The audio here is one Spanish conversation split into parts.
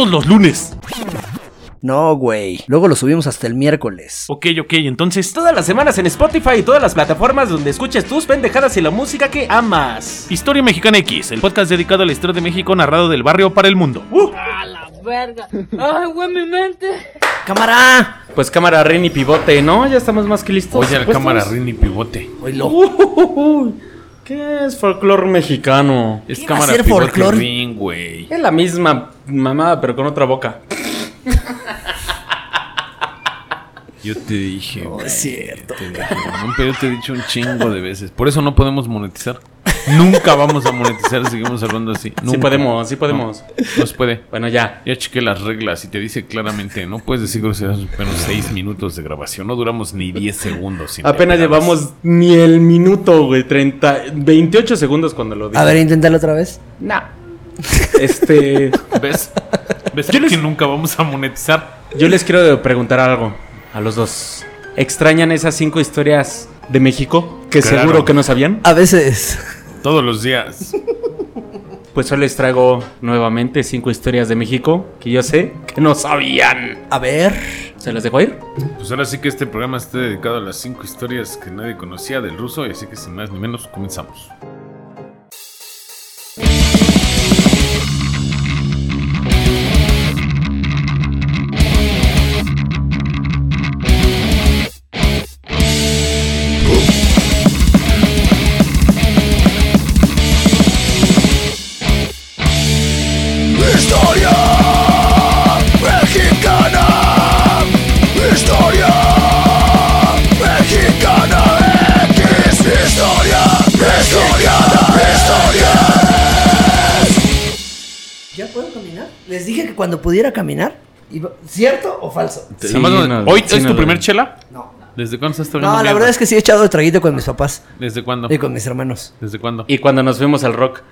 los lunes. No, güey. Luego lo subimos hasta el miércoles. Ok, ok, entonces. Todas las semanas en Spotify y todas las plataformas donde escuches tus pendejadas y la música que amas. Historia Mexicana X, el podcast dedicado a la historia de México narrado del barrio para el mundo. A la verga. Ay, güey, mi mente. ¡Cámara! Pues cámara Ren y pivote, ¿no? Ya estamos más que listos. Oye, la Pues cámara estamos- Rin y pivote. Oilo. Ujujujuy. ¿Qué es folclore mexicano? Es ¿Qué va a cámara ser pivote folclore? Rin, güey. Es la misma mamada, pero con otra boca. Yo te dije. güey, es cierto. te dije, no, pero yo te he dicho un chingo de veces. Por eso no podemos monetizar. Nunca vamos a monetizar si seguimos hablando así. Sí Nunca. podemos, sí podemos. No se puede. Bueno, ya. Ya chequé las reglas y te dice claramente, no puedes decir groserías menos 6 minutos de grabación. No duramos ni 10 segundos. sin Apenas pendejadas. llevamos ni el minuto, güey. 30, 28 segundos cuando lo dije. A ver, inténtalo otra vez. Nah. Este. ¿Ves? ¿Ves por qué nunca vamos a monetizar? Yo les quiero preguntar algo a los dos. ¿Extrañan esas cinco historias de México que Claro. seguro que no sabían? A veces. Todos los días. Pues hoy les traigo nuevamente cinco historias de México que yo sé que no sabían. A ver. ¿Se las dejo ir? Pues ahora sí que este programa está dedicado a las cinco historias que nadie conocía del ruso, y así que sin más ni menos comenzamos. ¿Ya puedo caminar? Les dije que cuando pudiera caminar. iba- ¿Cierto o falso? Sí, Nada más, no, ¿Hoy sí, es no tu lo- primer chela? No. ¿Desde cuándo estás No, tomando la mierda? verdad es que sí he echado traguito con mis papás ¿Desde cuándo? y con mis hermanos. ¿Desde cuándo? Y cuando nos fuimos al rock.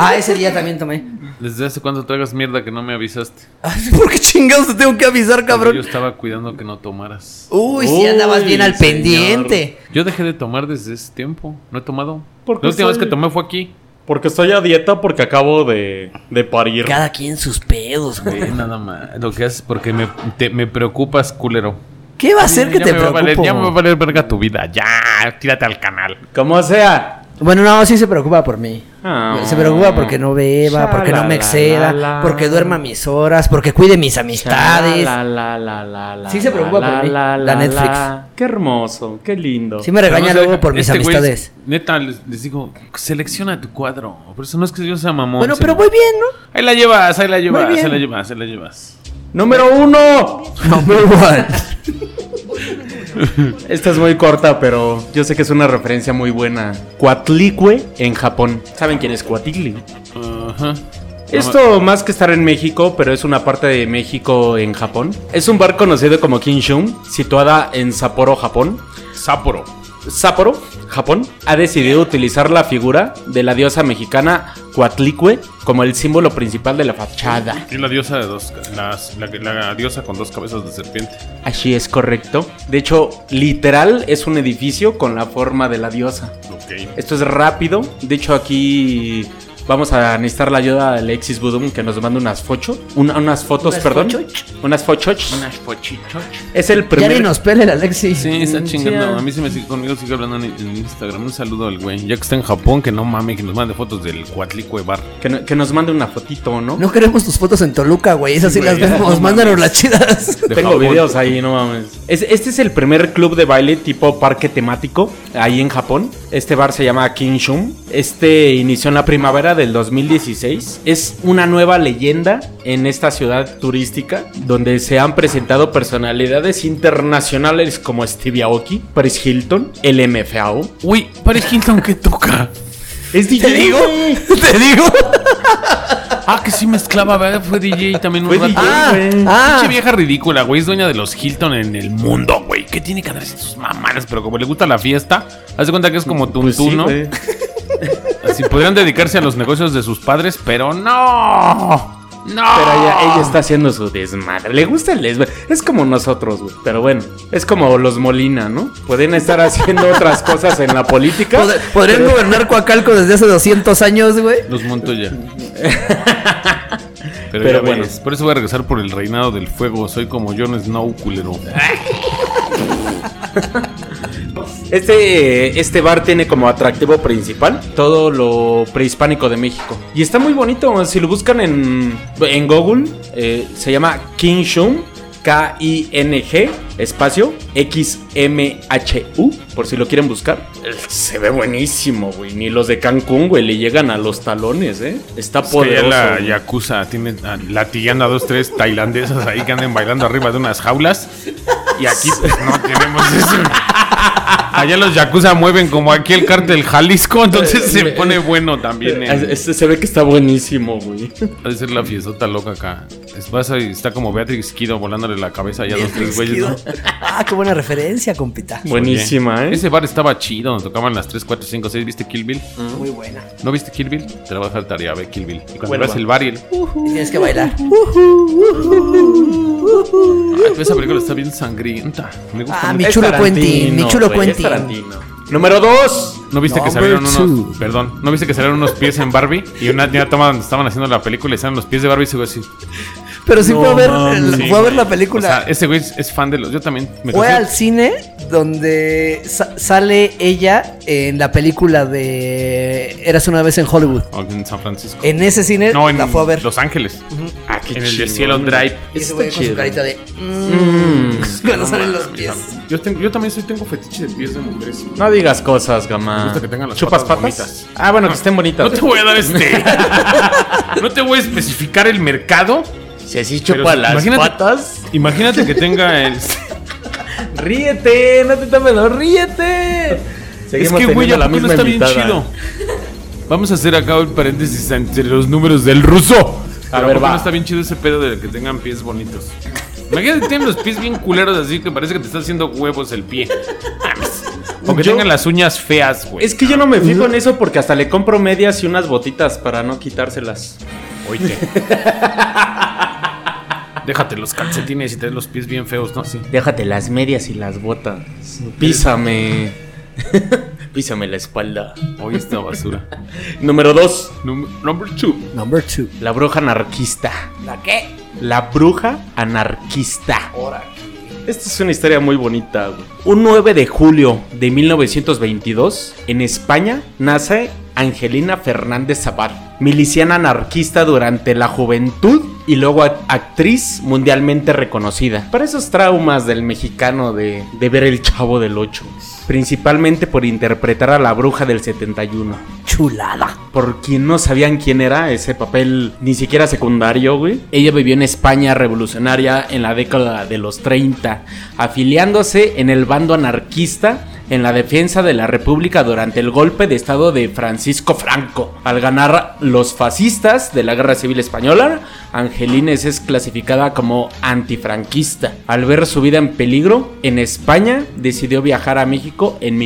Ah, ese día también tomé. ¿Desde hace cuándo tragas mierda que no me avisaste? Ay, ¿Por qué chingados te tengo que avisar, Yo cabrón? estaba cuidando que no tomaras. Uy, si andabas Uy, bien al señor. pendiente. Yo dejé de tomar desde ese tiempo. No he tomado. Porque La última soy- vez que tomé fue aquí. Porque estoy a dieta porque acabo de, de parir. Cada quien sus pedos, güey. Eh, nada más. Lo que haces porque me, te- me preocupas, culero. ¿Qué va a ser que Ya te me va a valer- preocupo? ya me va a valer verga tu vida. Ya, tírate al canal. Como sea. Bueno, no, sí se preocupa por mí. Ah. se preocupa porque no beba, porque no me exceda, Shalalala. porque duerma mis horas, porque cuide mis amistades. La, la, la, la, la, Sí se preocupa la, por mí, la Netflix. Qué hermoso, qué lindo. Sí me regaña Pero no se luego deja. por mis Este güey, amistades. neta, les, les digo, selecciona tu cuadro. Por eso no es que yo sea mamón. Bueno, pero sino- voy bien, ¿no? Ahí la llevas, ahí la llevas, bien. ahí la llevas, ahí la llevas. Número uno. Number one. Esta es muy corta, pero yo sé que es una referencia muy buena. Coatlicue en Japón. ¿Saben quién es Coatlicue? Ajá. Esto más que estar en México, pero es una parte de México en Japón. Es un bar conocido como Kinshun, situada en Sapporo, Japón. Sapporo. Sapporo, Japón, ha decidido utilizar la figura de la diosa mexicana Coatlicue como el símbolo principal de la fachada. Es la diosa de dos. las- la, la diosa con dos cabezas de serpiente. Así es correcto. De hecho, literal es un edificio con la forma de la diosa. Ok. Esto es rápido. De hecho, aquí Vamos a necesitar la ayuda de Alexis Budum que nos manda unas focho, una- unas fotos, ¿Unas perdón. fochoch? Unas fochoch. Unas Es el Ya primer ni nos pele el Alexis. Sí, está chingando. A mí se me sigue conmigo, sigue hablando en, en Instagram. Un saludo al güey. Ya que está en Japón, que no mame, que nos mande fotos del Cuatlico de Bar. que, no- que nos mande una fotito, ¿no? No queremos tus fotos en Toluca, güey. Esas sí, Sí, las güey, no vemos. mames. Mándanos las chidas. De Tengo Japón. videos ahí, no mames. Es- este es el primer club de baile tipo parque temático ahí en Japón. Este bar se llama Kinshun. Este inició en la primavera del 2016. Es una nueva leyenda en esta ciudad turística donde se han presentado personalidades internacionales como Stevie Aoki, Paris Hilton, el MFAO. Uy, Paris Hilton, ¿qué toca? Es DJ. Te digo, te digo. Ah, que sí mezclaba, ¿verdad? Fue DJ también un Fue rato. DJ, güey. Ah. Pinche vieja ridícula, güey. Es dueña de los Hilton en el mundo, güey. ¿Qué tiene que andar haciendo sus mamadas? Pero como le gusta la fiesta, hace cuenta que es como Pues sí, tuntún, ¿no? güey. Así podrían dedicarse a los negocios de sus padres, pero no. No. Pero ella, ella está haciendo su desmadre. Le gusta el desmadre. Es como nosotros, güey. Pero bueno, es como los Molina, ¿no? Pueden estar haciendo otras cosas en la política. Pod- Podrían pero- gobernar Coacalco desde hace 200 años, güey. Los monto ya. Pero, Pero bueno, bueno. por eso voy a regresar por el reinado del fuego. Soy como Jon Snow, culero. Ah, Este, este bar tiene como atractivo principal todo lo prehispánico de México. Y está muy bonito. Si lo buscan en, en Google, eh, se llama King Shun, K-I-N-G, espacio, X-M-H-U, por si lo quieren buscar. Eh, Se ve buenísimo, güey. Ni los de Cancún, güey, le llegan a los talones, ¿eh? Está Es que allá poderoso. la güey. Yakuza tiene a- latigando a dos, tres tailandesas ahí que anden bailando arriba de unas jaulas. Y aquí pues, no tenemos eso. Allá los Yakuza mueven como aquí el cártel Jalisco, entonces se pone bueno también. Eh, en- este se ve que está buenísimo, güey. Ha de ser la fiestota loca acá. Es- pasa y está como Beatrix Kido volándole la cabeza allá a dos, tres güeyes. ¿no? Ah. Ah, qué buena referencia, compita. Buenísima, Oye, ¿eh? Ese bar estaba chido, nos tocaban las 3, 4, 5, 6. ¿Viste Kill Bill? Muy buena. ¿No viste Kill Bill? Te la voy a dejar tarea, ve Kill Bill. Y cuando Bueno, ves va. el bar y el. "Uh, Y tienes que bailar. ay, esa película está bien sangrienta. Me gusta Ah, mucho. mi Es chulo Tarantino, Puentín, mi chulo güey, es Puentín. Tarantino. Número 2. ¿No viste que Number salieron unos. Perdón, ¿no viste que salieron unos pies en Barbie? Y una niña toma donde estaban haciendo la película y salen los pies de Barbie y se ve así. Pero sí fue a ver, el- Sí, fue a ver güey. la película. O sea, ese güey es, es fan de los. Yo también me Fue casé- al cine donde sa- sale ella en la película de Eras una vez en Hollywood. o en San Francisco. En ese cine no, en Eh, la fue a ver. Los Ángeles. Ah, qué En el de chingón, Cielo güey. Drive. Y ese güey Está con su chido. carita de. mm, cuando salen los pies. Yo, tengo- yo también soy, tengo fetiche de pies de mujeres. No digas cosas, Me gama. gusta que tengan las ¿Chupas patas patas? bonitas. Ah, bueno, que estén bonitas. No te voy a dar este. no te voy a especificar el mercado. Si así chupa chupa las las patas. Imagínate que tenga el. es Ríete, no te tomes, no, ríete. que, güey, ya la misma está bien chido. Vamos a hacer acá un paréntesis entre los números del ruso. A Pero ver, ¿por qué va. no está bien chido ese pedo de que tengan pies bonitos. Imagínate que tienen los pies bien culeros así que parece que te está haciendo huevos el pie. O que Yo- tengan las uñas feas, güey. Es que yo no me fijo en eso porque hasta le compro medias y unas botitas para no quitárselas. Oye. Déjate los calcetines y tenés los pies bien feos, ¿no? Sí. Déjate las medias y las botas. Písame. Písame la espalda. Hoy esta basura. Número 2. Num- number two. Number two. La bruja anarquista. ¿La qué? La bruja anarquista. Esta es una historia muy bonita. güey. Un 9 de julio de 1922, en España, nace Angelina Fernández Zabat, miliciana anarquista durante la juventud y luego a- actriz mundialmente reconocida. Para esos traumas del mexicano de, de ver el chavo del 8, principalmente por interpretar a la bruja del 71. Chulada. Por quien no sabían quién era ese papel, ni siquiera secundario, güey. Ella vivió en España revolucionaria en la década de los 30, afiliándose en el bando anarquista en la defensa de la República durante el golpe de Estado de Francisco Franco. Al ganar los fascistas de la Guerra Civil Española, Angelines es clasificada como antifranquista. Al ver su vida en peligro, en España decidió viajar a México en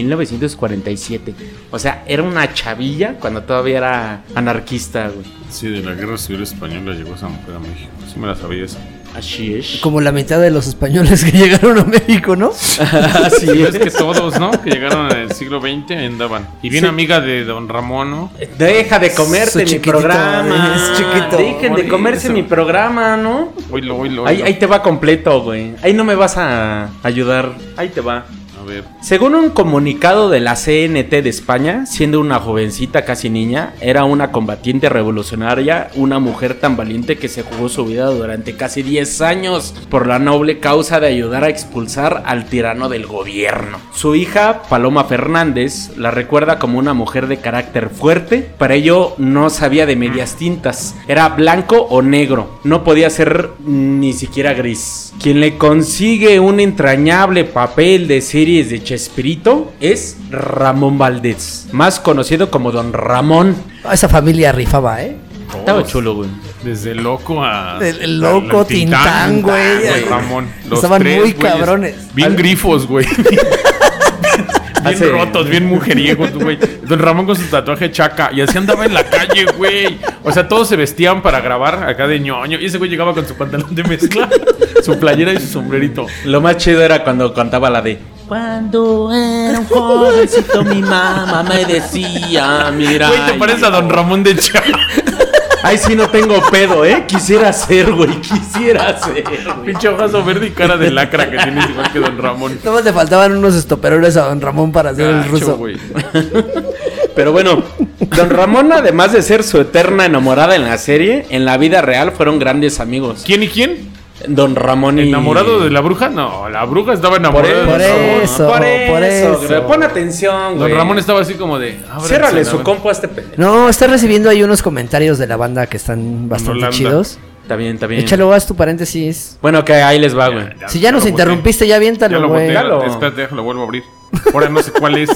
1947. O sea, era una chavilla cuando todavía era anarquista, güey. Sí, de la guerra civil española llegó esa mujer a México. Sí me la sabía esa. Así es. Como la mitad de los españoles que llegaron a México, ¿no? Así es que todos, ¿no? Que llegaron en el siglo XX andaban. Y bien amiga de don Ramón, ¿no? Deja de comerte Su mi chiquitito, programa. es chiquito. Dejen de Por comerse eso. mi programa, ¿no? Oilo, oilo, oilo. Ahí, ahí te va completo, güey. Ahí no me vas a ayudar. Ahí te va. A ver. Según un comunicado de la CNT de España, siendo una jovencita casi niña, era una combatiente revolucionaria, una mujer tan valiente que se jugó su vida durante casi 10 años por la noble causa de ayudar a expulsar al tirano del gobierno. Su hija, Paloma Fernández, la recuerda como una mujer de carácter fuerte, para ello no sabía de medias Ah. tintas, era blanco o negro, no podía ser ni siquiera gris. Quien le consigue un entrañable papel de series de Chespirito es Ramón Valdés, más conocido como Don Ramón. Ah, Esa familia rifaba, ¿eh? Estaba chulo, güey. Desde el loco a. El- el loco, al Tintán, güey. Ramón. Estaban muy güeyes. cabrones. Bien Al- grifos, güey. Bien Hace- rotos, bien mujeriegos, güey. Don Ramón con su tatuaje chaca. Y así andaba en la calle, güey. O sea, todos se vestían para grabar acá de ñoño. Y ese güey llegaba con su pantalón de mezcla, su playera y su sombrerito. Lo más chido era cuando cantaba la de Cuando era un jovencito mi mamá Ah, me decía, mira. Güey, te pareces a Don Ramón de Chaca. Ay, sí, no tengo pedo, ¿eh? Quisiera ser, güey, quisiera ser. güey. Pinche hojazo verde y cara de lacra que tienes igual que Don Ramón. Nada más le faltaban unos estoperoles a don Ramón para hacer el Gacho, ruso. güey. Pero bueno, Don Ramón, además de ser su eterna enamorada en la serie, en la vida real fueron grandes amigos. ¿Quién y quién? Don Ramón y... ¿Enamorado de la bruja? No, la bruja estaba Por, enamorada Por de Don Ramón. eso, por por eso. eso. güey. Pon atención, güey. Don Ramón estaba así como de. "Ábranse, Ciérrale a su ver". compo a este pendejo. No, está recibiendo ahí unos comentarios de la banda que están bastante Holanda. chidos. Está bien, está bien. Échalo, haz tu paréntesis. Bueno, que ahí les va, güey. Si ya lo nos boté. interrumpiste, ya Ya aviéntalo, lo boté. güey. Dalo. Espérate, déjalo, vuelvo a abrir. Ahora no sé cuál es.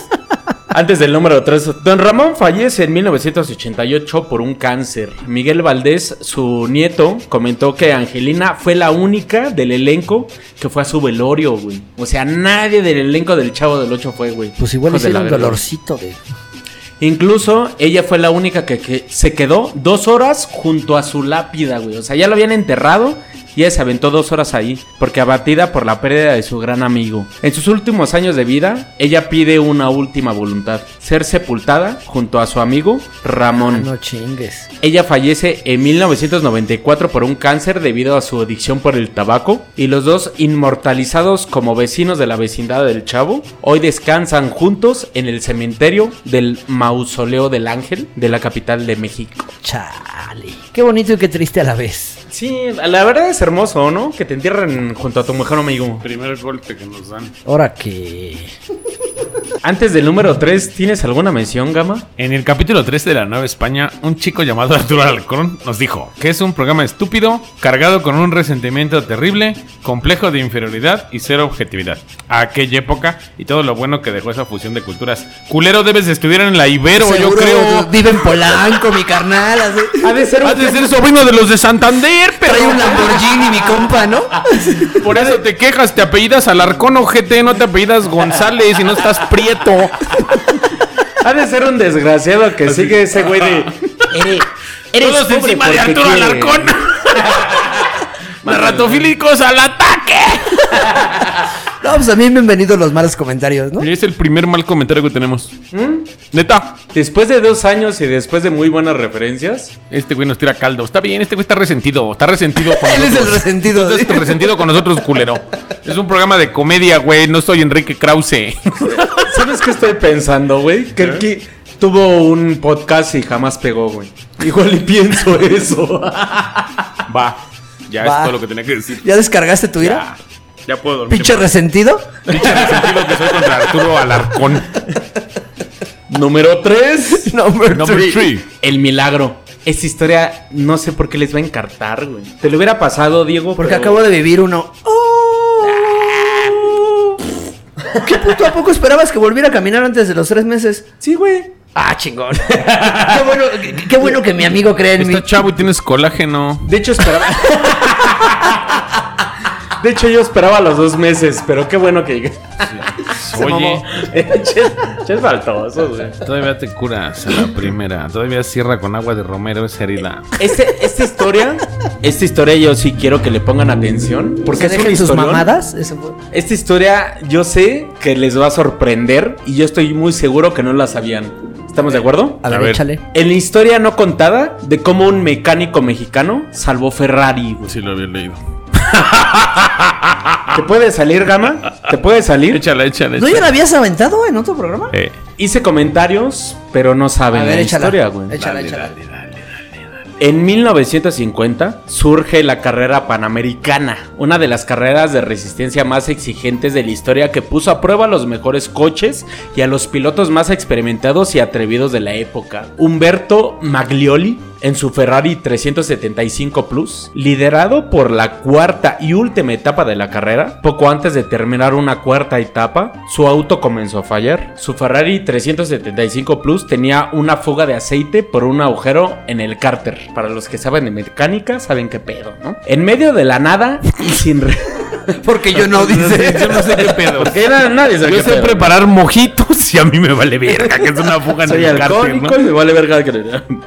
Antes del número 3, don Ramón fallece en 1988 por un cáncer. Miguel Valdés, su nieto, comentó que Angelina fue la única del elenco que fue a su velorio, güey. O sea, nadie del elenco del Chavo del 8 fue, güey. Pues igual Hijos de la hicieron verga. dolorcito, güey. Incluso ella fue la única que, que se quedó dos horas junto a su lápida, güey. O sea, ya lo habían enterrado y ella se aventó dos horas ahí, porque abatida por la pérdida de su gran amigo. En sus últimos años de vida, ella pide una última voluntad, ser sepultada junto a su amigo Ramón. Ah, no chingues. Ella fallece en 1994 por un cáncer debido a su adicción por el tabaco y los dos inmortalizados como vecinos de la vecindad del Chavo hoy descansan juntos en el cementerio del mausoleo del Ángel de la capital de México. Chale. Qué bonito y qué triste a la vez. Sí, la verdad es hermoso, ¿no? Que te entierren junto a tu mejor amigo. Primer golpe que nos dan. Ahora que. Antes del número 3, ¿tienes alguna mención, Gama? En el capítulo 3 de la Nueva España, un chico llamado Arturo Alcorn nos dijo que es un programa estúpido, cargado con un resentimiento terrible, complejo de inferioridad y cero objetividad. Aquella época y todo lo bueno que dejó esa fusión de culturas. Culero, debes de estudiar en la Ibero, yo Seguro creo. Vive en Polanco, mi carnal. así. Ha de ser Has de ser sobrino de los de Santander, pero Trae un Lamborghini, mi compa, ¿no? por eso te quejas, te apellidas Alarcón o GT, no te apellidas González y no estás prieto. ha de ser un desgraciado que sigue ese güey de... Eres, Todos encima de Arturo Alarcón. Narratofílicos al ataque. No, pues a mí me han venido los malos comentarios, ¿no? Es el primer mal comentario que tenemos. ¿Mm? Neta, Después de dos años y después de muy buenas referencias, este güey nos tira caldo. Está bien, este güey está resentido. Está resentido con Él es el nosotros. resentido. Tú ¿sí? estás resentido con nosotros, culero. Es un programa de comedia, güey. No soy Enrique Krause. ¿sabes qué estoy pensando, güey? Que el Ki tuvo un podcast y jamás pegó, güey. Igual y pienso eso. Va. Ya Va. es todo lo que tenía que decir. ¿Ya descargaste tu ira? Ya, ya puedo dormir. Pinche resentido. Pinche resentido que soy contra Arturo Alarcón. Número 3. Number Number three. three. El milagro. Esta historia no sé por qué les va a encartar, güey. Te lo hubiera pasado, Diego. Porque pero- acabo de vivir uno. ¡Oh! ¿Qué puto a poco esperabas que volviera a caminar antes de los tres meses? Sí, güey. Ah, chingón. qué, bueno, qué, qué bueno que mi amigo cree en mí. Está chavo y tienes colágeno. De hecho, esperaba. De hecho, yo esperaba los dos meses, pero qué bueno que llegué. Oye, Ches faltosos, güey. todavía te curas a la primera. Todavía cierra con agua de romero esa herida. Este- esta historia, esta historia yo sí quiero que le pongan atención. Porque ¿Se es un dejen sus historión. mamadas? Eso fue- Esta historia yo sé que les va a sorprender y yo estoy muy seguro que no la sabían. ¿Estamos de acuerdo? A, ver, ver. échale. En la historia no contada de cómo un mecánico mexicano salvó Ferrari. güey. Sí lo había leído. ¿Te puede salir, Gama? ¿Te puede salir? Échala, échala. ¿No ya la échala. habías aventado en otro programa? Eh, Hice comentarios, pero no saben a ver, la échala. historia, güey. Échala, dale, échala. dale, dale. En 1950 surge la carrera panamericana, una de las carreras de resistencia más exigentes de la historia que puso a prueba a los mejores coches y a los pilotos más experimentados y atrevidos de la época. Humberto Maglioli, en su Ferrari 375 Plus, liderado por la cuarta y última etapa de la carrera, poco antes de terminar una cuarta etapa, su auto comenzó a fallar. Su Ferrari 375 Plus tenía una fuga de aceite por un agujero en el cárter. Para los que saben de mecánica, saben qué pedo, ¿no? En medio de la nada y sin... re- Porque yo no, dice. Yo no sé qué pedo. Porque era- nadie sabe Yo qué sé pedo. preparar mojitos y a mí me vale verga que es una fuga en Soy el cárter, alcohólico ¿no? y me vale verga que...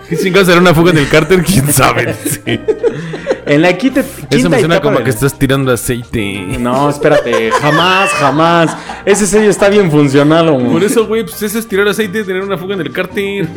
¿Qué chingados será una fuga en el cárter? ¿Quién sabe? Sí. En la quinta, Eso quinta me suena etapa como de- que estás tirando aceite. No, espérate, jamás, jamás. Ese sello está bien funcional, hombre. eso, güey, pues eso es tirar aceite, tener una fuga en el cárter.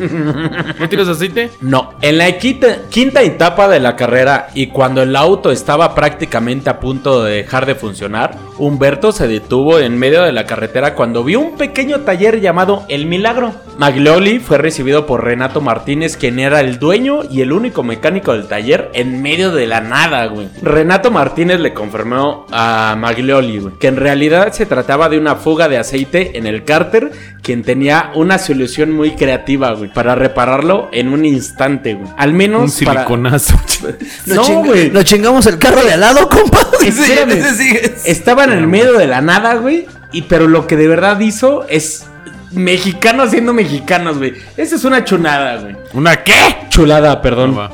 ¿No tiras aceite? No, en la quinta, quinta etapa de la carrera y cuando el auto estaba prácticamente a punto de dejar de funcionar, Humberto se detuvo en medio de la carretera cuando vio un pequeño taller llamado El Milagro. Maglioli fue recibido por Renato Martínez, quien era el dueño y el único mecánico del taller en medio de la nada, güey. Renato Martínez le confirmó a Maglioli, güey, que en realidad se trataba de una fuga de aceite en el cárter, quien tenía una solución muy creativa, güey, para repararlo en un instante, güey. Al menos Un para- siliconazo. No, Nos, ching- güey. nos chingamos el carro de al lado, compa. Dice, Espérame. ese sigue. Estaban en el medio de la nada, güey. Y pero lo que de verdad hizo es mexicanos siendo mexicanos, güey. Esa es una chunada, güey. ¿Una qué? Chulada, perdón. No va.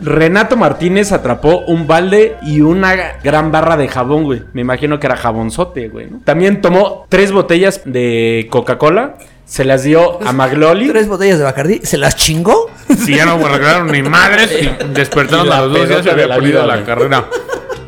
Renato Martínez atrapó un balde y una gran barra de jabón, güey. Me imagino que era jabonzote, güey. ¿no? También tomó tres botellas de Coca-Cola, se las dio a Magloli. Tres botellas de Bacardí. ¿Se las chingó? Si ya no arreglaron ni madres, y despertaron Y la a los dos, ya se pedota de había la ponido vida, la güey. carrera.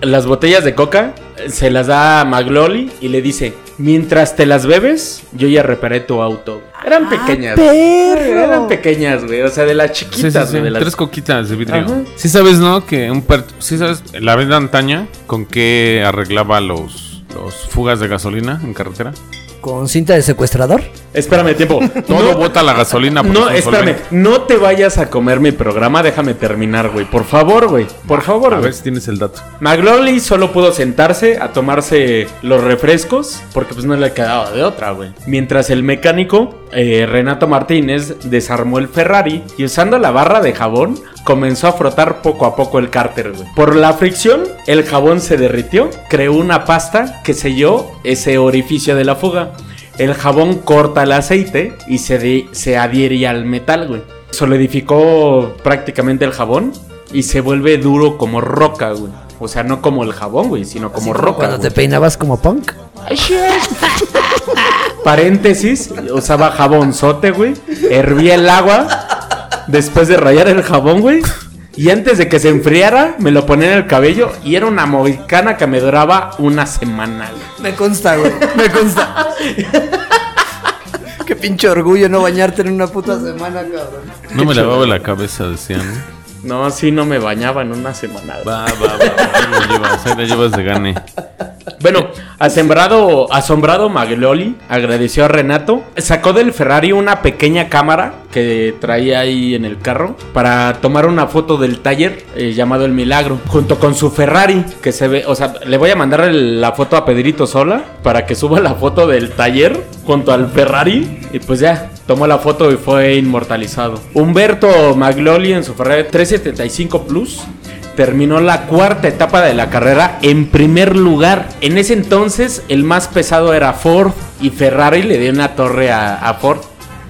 Las botellas de Coca eh, se las da a Magloli y le dice: Mientras te las bebes, yo ya reparé tu auto. Eran pequeñas. Ah, perro. Eran pequeñas, güey. O sea, de las Sí, chiquitas, sí, sí, güey, de las- tres coquitas de vidrio. Ajá. Sí sabes, ¿no? Que un per... Sí sabes, la venda antaña, ¿con qué arreglaba los, los fugas de gasolina en carretera? ¿Con cinta de secuestrador? Espérame, tiempo. Todo No- bota la gasolina. porque No, es un espérame, solvente. no te vayas a comer mi programa, déjame terminar, güey. Por favor, güey. Por favor, A güey. ver si tienes el dato. Magloli solo pudo sentarse a tomarse los refrescos porque pues no le quedaba de otra, güey. Mientras el mecánico eh, Renato Martínez desarmó el Ferrari y usando la barra de jabón comenzó a frotar poco a poco el cárter, güey. Por la fricción, el jabón se derritió, creó una pasta que selló ese orificio de la fuga. El jabón corta el aceite y se, di- se adhiere al metal, güey. Solidificó prácticamente el jabón y se vuelve duro como roca, güey. O sea, no como el jabón, güey, sino como Así roca. Cuando güey. te peinabas como punk. Paréntesis, usaba jabonzote, güey. Hervía el agua después de rayar el jabón, güey. Y antes de que se enfriara, me lo ponía en el cabello y era una mohicana que me duraba una semana, güey. Me consta, güey. Me consta. Qué pinche orgullo no bañarte en una puta semana, cabrón. No me lavaba la cabeza, decían. No, sí, no me bañaba en una semana. güey. Va, va, va. Ahí lo llevas, ahí lo llevas de gane. Bueno, asombrado, asombrado Magloli agradeció a Renato, sacó del Ferrari una pequeña cámara que traía ahí en el carro para tomar una foto del taller eh, llamado El Milagro, junto con su Ferrari que se ve, o sea, le voy a mandar el- la foto a Pedrito Sola para que suba la foto del taller junto al Ferrari y pues ya. Tomó la foto y fue inmortalizado. Humberto Magloli en su Ferrari 375 Plus terminó la cuarta etapa de la carrera en primer lugar. En ese entonces el más pesado era Ford y Ferrari le dio una torre a, a Ford.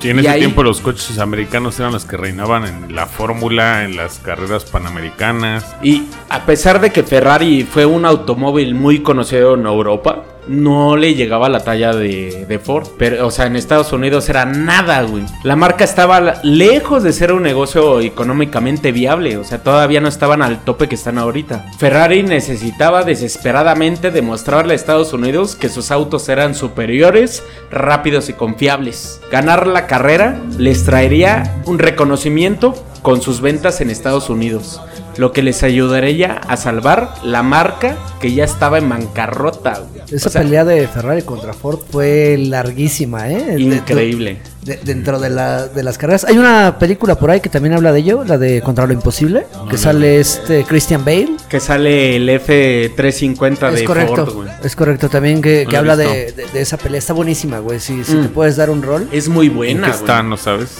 Y en Y ese ahí- tiempo los coches americanos eran los que reinaban en la fórmula, en las carreras panamericanas. Y a pesar de que Ferrari fue un automóvil muy conocido en Europa, no le llegaba a la talla de, de Ford. Pero, o sea, en Estados Unidos era nada, güey. La marca estaba la- lejos de ser un negocio económicamente viable. O sea, todavía no estaban al tope que están ahorita. Ferrari necesitaba desesperadamente demostrarle a Estados Unidos que sus autos eran superiores, rápidos y confiables. Ganar la carrera les traería un reconocimiento con sus ventas en Estados Unidos, lo que les ayudaría a salvar la marca que ya estaba en bancarrota. güey. Esa O sea, pelea de Ferrari contra Ford fue larguísima, ¿eh? De- increíble. de- dentro de, la- de las carreras. Hay una película por ahí que también habla de ello, la de Contra lo Imposible, que sale este Christian Bale. Que sale el F350 Es de correcto, Ford, güey. es correcto también que, No que la he habla de, visto. de- de esa pelea. Está buenísima, güey. Si, si Mm. te puedes dar un rol. Es muy ¿En buena. qué güey. está? ¿No sabes?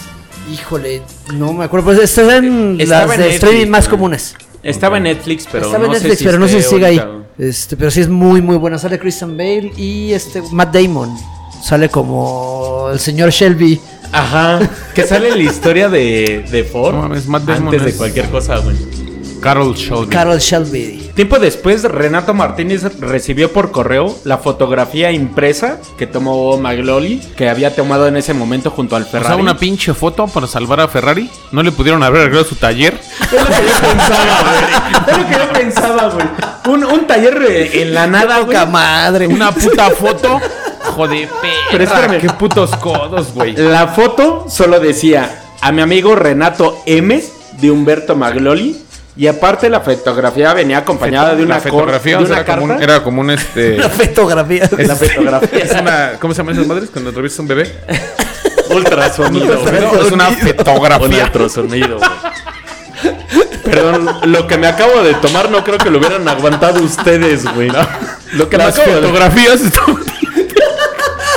Híjole, no me acuerdo. Pues estas eran Estaba las de en Netflix, streaming más güey. comunes. Estaba en Netflix, pero Estaba en no Netflix, sé si pero no sé si esté sigue ahí. ahorita, güey. Este, pero sí es muy, muy buena. Sale Christian Bale y este Matt Damon. Sale como el señor Shelby. Ajá. Que sale la historia de, de Ford. No mames, Matt Damon antes de es- cualquier cosa, güey. Carol Shelby. Carol Shelby. Tiempo después, Renato Martínez recibió por correo la fotografía impresa que tomó Magloli, que había tomado en ese momento junto al O Ferrari. sea, una pinche foto para salvar a Ferrari. No le pudieron haber arreglado su taller. Es lo que yo pensaba, güey. Es lo que yo pensaba, güey. Un, un taller eh, en la nada, güey. Poca madre. Una puta foto. Joder, Pero espérame. Qué putos codos, güey. La foto solo decía a mi amigo Renato M de Humberto Magloli. Y aparte la fotografía venía acompañada de una, La cor- fotografía de o sea, una era, como un, carta. era como un este. Una fotografía. La fotografía es una- ¿Cómo se llaman esas madres cuando atraviesas un bebé? ultrasonido. güey. No, es una Un fotografía. ultrasonido, güey. Perdón, lo que me acabo de tomar no creo que lo hubieran aguantado ustedes, güey. Lo que me Las acabo de tomar. fotografías están-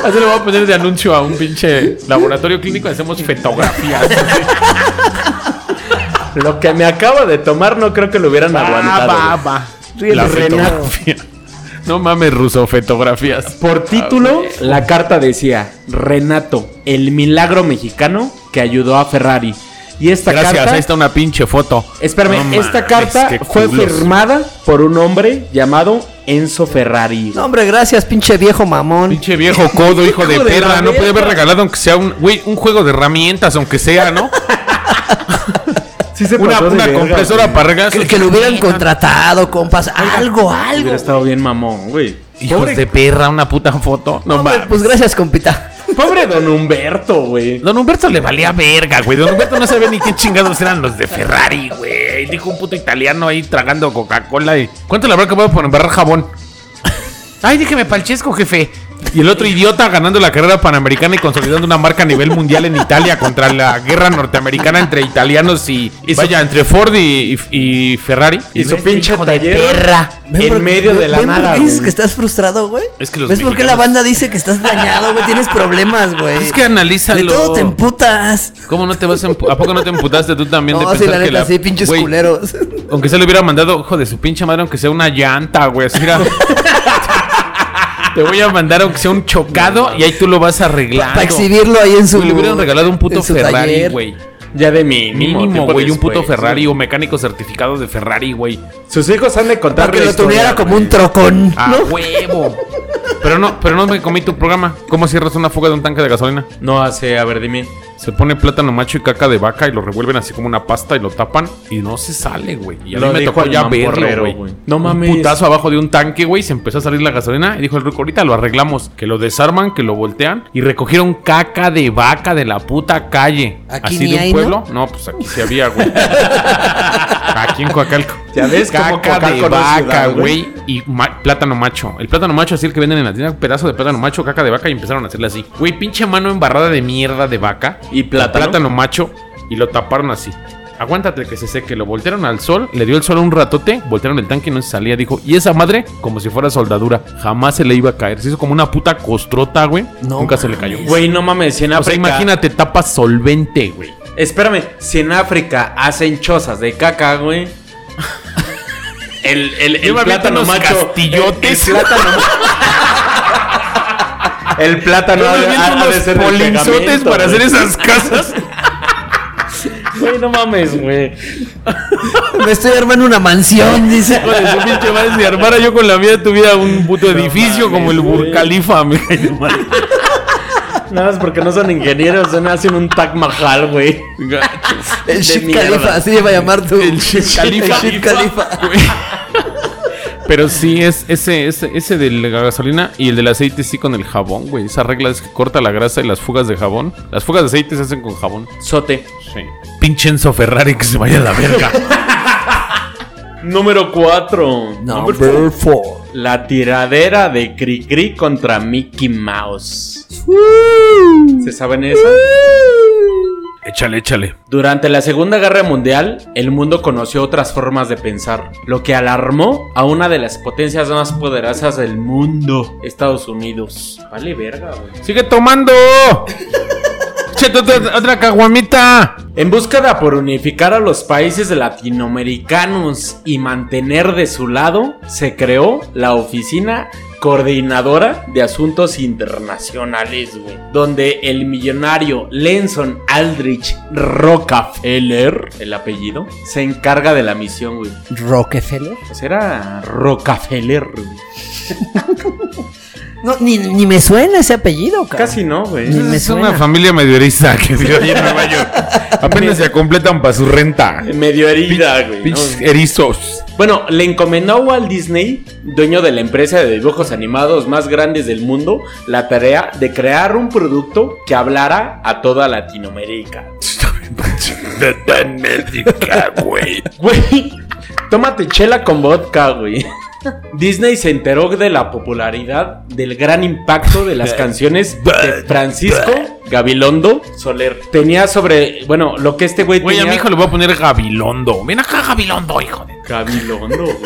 Así le voy a poner de anuncio a un pinche laboratorio clínico. Hacemos fotografías. Lo que me acabo de tomar no creo que lo hubieran aguantado. Va, va, güey. va. Ríete, La Renato. fotografía. No mames, ruso, fotografías. Por título, la carta decía Renato, el milagro mexicano que ayudó a Ferrari. Y esta Gracias, carta, ahí está una pinche foto. espérame, No esta mames, carta qué fue culos. firmada por un hombre llamado Enzo Ferrari. No, hombre, gracias, pinche viejo mamón. Pinche viejo codo, hijo de Hijo de la perra. No podía haber verga. regalado aunque sea un, güey, un juego de herramientas, aunque sea, ¿no? Sí se Una, pasó de una verga, compresora güey. para regar Que, sus- que lo hubieran contratado, compas. Algo, algo. Hubiera estado bien mamón, güey. Hijos de perra, una puta foto. No Hombre, mames. pues gracias, compita. Pobre don Humberto, güey. Don Humberto le valía verga, güey. Don Humberto no sabía ni qué chingados eran los de Ferrari, güey. Dijo un puto italiano ahí tragando Coca-Cola. Y... ¿Cuánto le habrá acabado por embarrar jabón? Ay, déjeme palchesco, jefe. Y el otro idiota ganando la carrera panamericana y consolidando una marca a nivel mundial en Italia contra la guerra norteamericana entre italianos y. vaya, entre Ford y, y- y este Ferrari. Y su pinche taller Ven en por- medio de la ven por nada. qué dices güey. que estás frustrado, güey? Es que los ¿Ves por qué la mexicanos- banda dice que estás dañado, güey? Tienes problemas, güey. Es que analízalo. De todo te emputas. ¿Cómo no te vas a empu- ¿A poco no te emputaste tú también de No, sí, pensar la que neta, la- sí, pinches Güey, ah, culeros. Aunque se le hubiera mandado, ojo de su pinche madre, aunque sea una llanta, güey. Así era. Te voy a mandar aunque sea un chocado y ahí tú lo vas arreglando. Para exhibirlo ahí en su. Güey, le hubieran regalado un puto en su Ferrari, taller. güey. Ya de mínimo, Mínimo, tiempo güey, un puto después. Ferrari o mecánico certificado de Ferrari, güey. Sus hijos han de contar Para que la lo historia, tuviera como un trocón. A huevo. Pero no, pero no me comí tu programa. ¿Cómo cierras una fuga de un tanque de gasolina? No hace, a ver, dime. Se pone plátano macho y caca de vaca y lo revuelven así como una pasta y lo tapan y no se sale, güey. Y a Lo mí me dijo tocó el ya mamporrero, verlo, güey. güey. No mames. Un putazo abajo de un tanque, güey, se empezó a salir la gasolina y dijo el ruco, ahorita lo arreglamos. Que lo desarman, que lo voltean y recogieron caca de vaca de la puta calle. Aquí así ni de un hay, ¿no? pueblo. ¿no? pues aquí se había, güey. aquí en Coacalco. Ya ves cómo caca de Coacalco no es vaca, ciudad, güey. güey, y ma- plátano macho. El plátano macho así el que venden en la tienda, un pedazo de plátano macho, caca de vaca y empezaron a hacerle así. Güey, pinche mano embarrada de mierda de vaca ¿Y plátano? plátano macho y lo taparon así. Aguántate que se seque, lo voltearon al sol, le dio el sol un ratote, voltearon el tanque y no se salía, dijo, y esa madre, como si fuera soldadura, jamás se le iba a caer, se hizo como una puta costrota, güey, No nunca se le cayó. Güey, no mames, si en o sea, África. imagínate, tapa solvente, güey. Espérame, si en África hacen chozas de caca, güey. El, el, el Yo me aviento plátano unos macho. castillotes. El, el plátano El plátano ha de- ha- ha de ser de pegamento, para hacer güey. esas casas. Güey, no mames, güey. Me estoy armando una mansión, dice. Hijo de su pinche madre, si armara yo con la vida tuviera un puto edificio como el güey. Burkhalifa, me cae mal. Nada más porque no son ingenieros, son hacen un Taj Mahal, güey. El Ship mierda. Khalifa, así le va a llamar tu. El Sheikh Khalifa. El Sheikh Khalifa. Güey. Pero sí, es ese, ese, ese de la gasolina y el del aceite sí con el jabón, güey. Esa regla es que corta la grasa y las fugas de jabón. Las fugas de aceite se hacen con jabón. Sote. Sí. Pinche Enzo Ferrari que se vaya a la verga. Número 4. Number four. La tiradera de Cricri contra Mickey Mouse. ¿Se saben esa? échale, échale. Durante la Segunda Guerra Mundial, el mundo conoció otras formas de pensar, lo que alarmó a una de las potencias más poderosas del mundo, Estados Unidos. Vale verga, güey. ¡Sigue tomando! ¡Che, otra, otra caguamita! En búsqueda por unificar a los países latinoamericanos y mantener de su lado, se creó la Oficina Coordinadora de Asuntos Internacionales, güey, donde el millonario Lenson Aldrich Rockefeller, el apellido, se encarga de la misión, güey. Rockefeller. Pues era Rockefeller, güey. No, ni, ni me suena ese apellido, cabrón. Casi no, güey. Ni me es suena. una familia medioerista que vive ahí en Nueva York. Apenas se completan para su renta. Medio herida, güey. ¿no? Pinches erizos. Bueno, le encomendó a Walt Disney, dueño de la empresa de dibujos animados más grandes del mundo, la tarea de crear un producto que hablara a toda Latinoamérica. Güey, tómate chela con vodka, güey. Disney se enteró de la popularidad del gran impacto de las canciones de Francisco Gabilondo Soler. Tenía sobre, bueno, lo que este güey Güey, tenía. a mi hijo le voy a poner Gabilondo. Ven acá, Gabilondo, hijo de. Gabilondo, güey.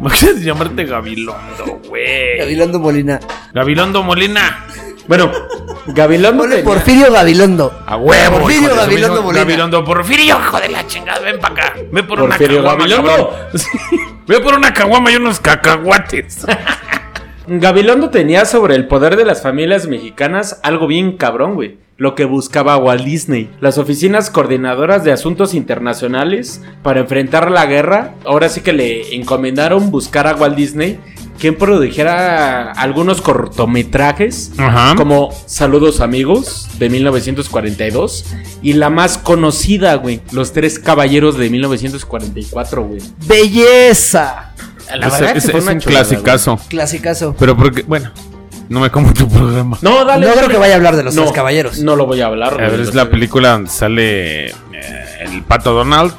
Imagínate llamarte Gabilondo, güey. Gabilondo Molina. Gabilondo Molina. Bueno, Gabilondo Ponle tenía- Porfirio Gabilondo. A huevo. hijo Porfirio de su Gabilondo mismo- Molina. Gabilondo Porfirio, hijo de la chingada. Ven para acá. Ve por Porfirio una caguama, Gabilondo. cabrón. Sí. Ve por una caguama y unos cacahuates. Gabilondo tenía sobre el poder de las familias mexicanas algo bien cabrón, güey. Lo que buscaba Walt Disney. Las oficinas coordinadoras de asuntos internacionales para enfrentar la guerra. Ahora sí que le encomendaron buscar a Walt Disney quien produjera algunos cortometrajes Ajá. como Saludos Amigos de 1942 y la más conocida, güey, Los Tres Caballeros de 1944, güey. Belleza. La Ese- verdad que ese fue es una un chulada, güey. clasicazo. Clasicazo. Pero porque, bueno, no me como tu programa. No, dale. No creo dale. que vaya a hablar de los tres caballeros. No lo voy a hablar. A güey, ver, lo es la sé. película donde sale eh, el pato Donald,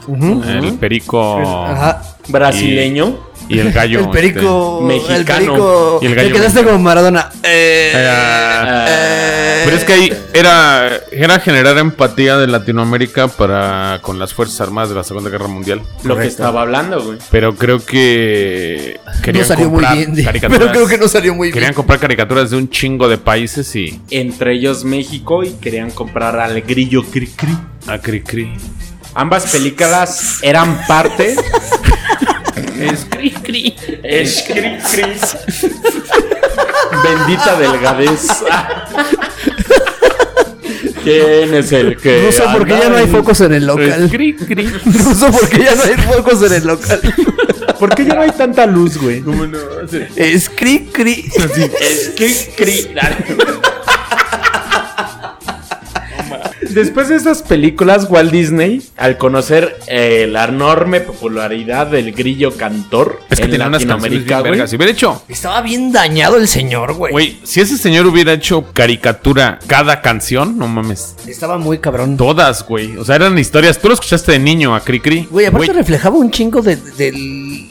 el perico Ajá. Brasileño. y el gallo. este. el perico. este, el mexicano. perico. Y el te gallo quedaste mexicano. como Maradona. Eh, este. Ah, eh, pero es que ahí era, era generar empatía de Latinoamérica para con las Fuerzas Armadas de la Segunda Guerra Mundial. Lo que estaba hablando, güey. Pero creo que No querían salió muy comprar bien. di- caricaturas. Pero creo que no salió muy Querían bien. comprar caricaturas de un chingo de países y Entre ellos México y querían comprar al grillo Cricri. a ah, cri cri. Ambas películas eran parte. Es es Cricri. Bendita delgadez. ¿Quién es el que.? Ruso, porque anda ya no hay en- focos en el local. cri cri. Ruso, porque ya no hay focos en el local. ¿Por qué ya no hay tanta luz, güey? Es cri cri. Es que cri- Después de estas películas, Walt Disney, al conocer eh, la enorme popularidad del grillo cantor Es que en tenía unas canciones Latinoamérica, bien güey. vergas. Si hubiera hecho Estaba bien dañado el señor, güey. Güey, si ese señor hubiera hecho caricatura cada canción, no mames. Estaba muy cabrón. Todas, güey. O sea, eran historias. Tú lo escuchaste de niño a Cricri. Güey, aparte reflejaba un chingo de, de-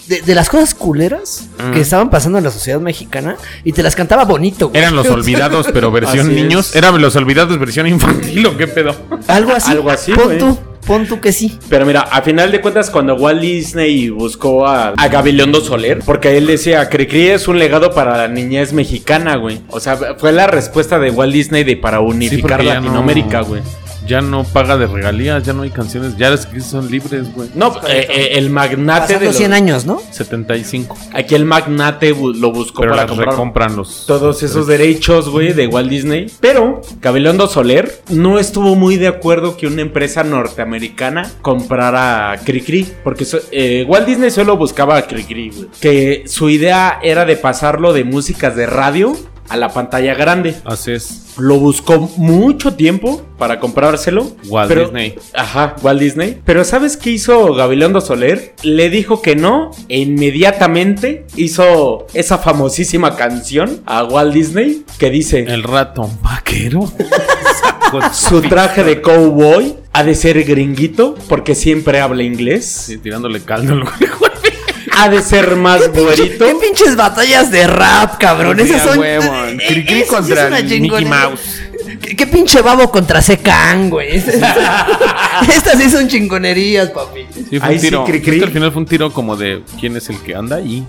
de- de las cosas culeras Mm. que estaban pasando en la sociedad mexicana y te las cantaba bonito, güey. Eran los olvidados, pero versión Así niños. es. Eran los olvidados, versión infantil o qué pedo. Algo así. Algo así, Pon güey. tú, pon tú que sí. Pero mira, a final de cuentas, cuando Walt Disney buscó a, a Gabilondo Soler, porque él decía, Cricri es un legado para la niñez mexicana, güey. O sea, fue la respuesta de Walt Disney de para unificar porque ya no- Latinoamérica, güey. ya no paga de regalías, ya no hay canciones, ya las que son libres, güey. No, eh, eh, el magnate Pasando de los- 100 años, ¿no? 75. Aquí el magnate bu- lo buscó Pero para las comprar recompran los. todos esos derechos, güey, de Walt Disney. Pero Cabelondo Soler no estuvo muy de acuerdo que una empresa norteamericana comprara a Cricri. Porque so- eh, Walt Disney solo buscaba a Cricri, güey. Que su idea era de pasarlo de músicas de radio a la pantalla grande. Así es. Lo buscó mucho tiempo para comprárselo. Walt pero- Disney. Ajá, Walt Disney. Pero ¿sabes qué hizo Gabilondo Soler? Le dijo que no. e inmediatamente hizo esa famosísima canción a Walt Disney que dice... El ratón vaquero. su traje de cowboy ha de ser gringuito porque siempre habla inglés. Sí, tirándole caldo al güey. Ha de ser más güerito. ¿Qué pinches batallas de rap, cabrón? Sí, Esas a son. huevo. eh, Cri cri eso sí contra es una Mickey chingonería. Mouse. ¿Qué, qué pinche babo contra Secan, güey? Estas sí son chingonerías, papi. Sí, fue Ahí un sí, tiro. cri, Es que cri. al final fue un tiro como de quién es el que anda ahí.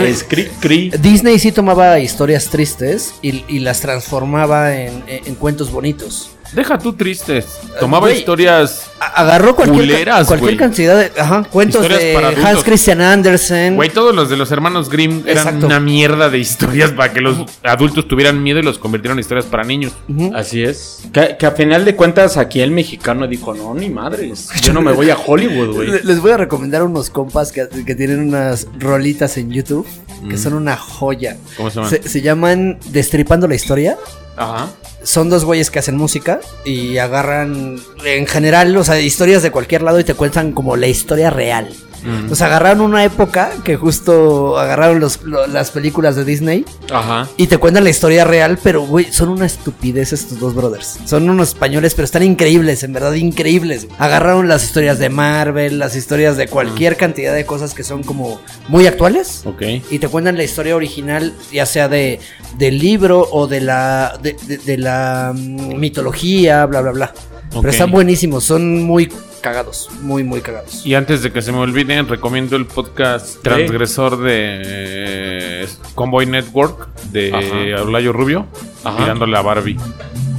Es cri cri. Disney sí tomaba historias tristes y, y las transformaba en, en- en cuentos bonitos. Deja tú tristes. Tomaba Güey. historias. A- Agarró cualquier, Culeras, cualquier güey. cantidad de ajá, cuentos Historias para de adultos. Hans Christian Andersen. Güey, todos los de los hermanos Grimm eran Exacto. una mierda de historias para que los adultos tuvieran miedo y los convirtieron en historias para niños. Ujú. Así es. Que, que a final de cuentas aquí el mexicano dijo, no, ni madres. Yo no me voy a Hollywood, güey. Le- Les voy a recomendar unos compas que, que tienen unas rolitas en YouTube que Mm. son una joya. ¿Cómo se llaman? Se, se llaman Destripando la Historia. Ajá. Son dos güeyes que hacen música y agarran en general, o sea, historias de cualquier lado y te cuentan como la historia real. Mm. Entonces agarraron una época que justo agarraron los- lo- las películas de Disney Ajá. y te cuentan la historia real, pero güey, son una estupidez estos dos brothers. Son unos españoles, pero están increíbles, en verdad increíbles. Agarraron las historias de Marvel, las historias de cualquier cantidad de cosas que son como muy actuales Ok. y te cuentan la historia original, ya sea de del libro o de la de, de- de la mm, mitología, bla bla bla. Ok. Pero están buenísimos, son muy cagados, muy muy cagados. Y antes de que se me olvide, recomiendo el podcast transgresor de eh, Convoy Network de Ajá. Olayo Rubio, Ajá. mirándole a Barbie.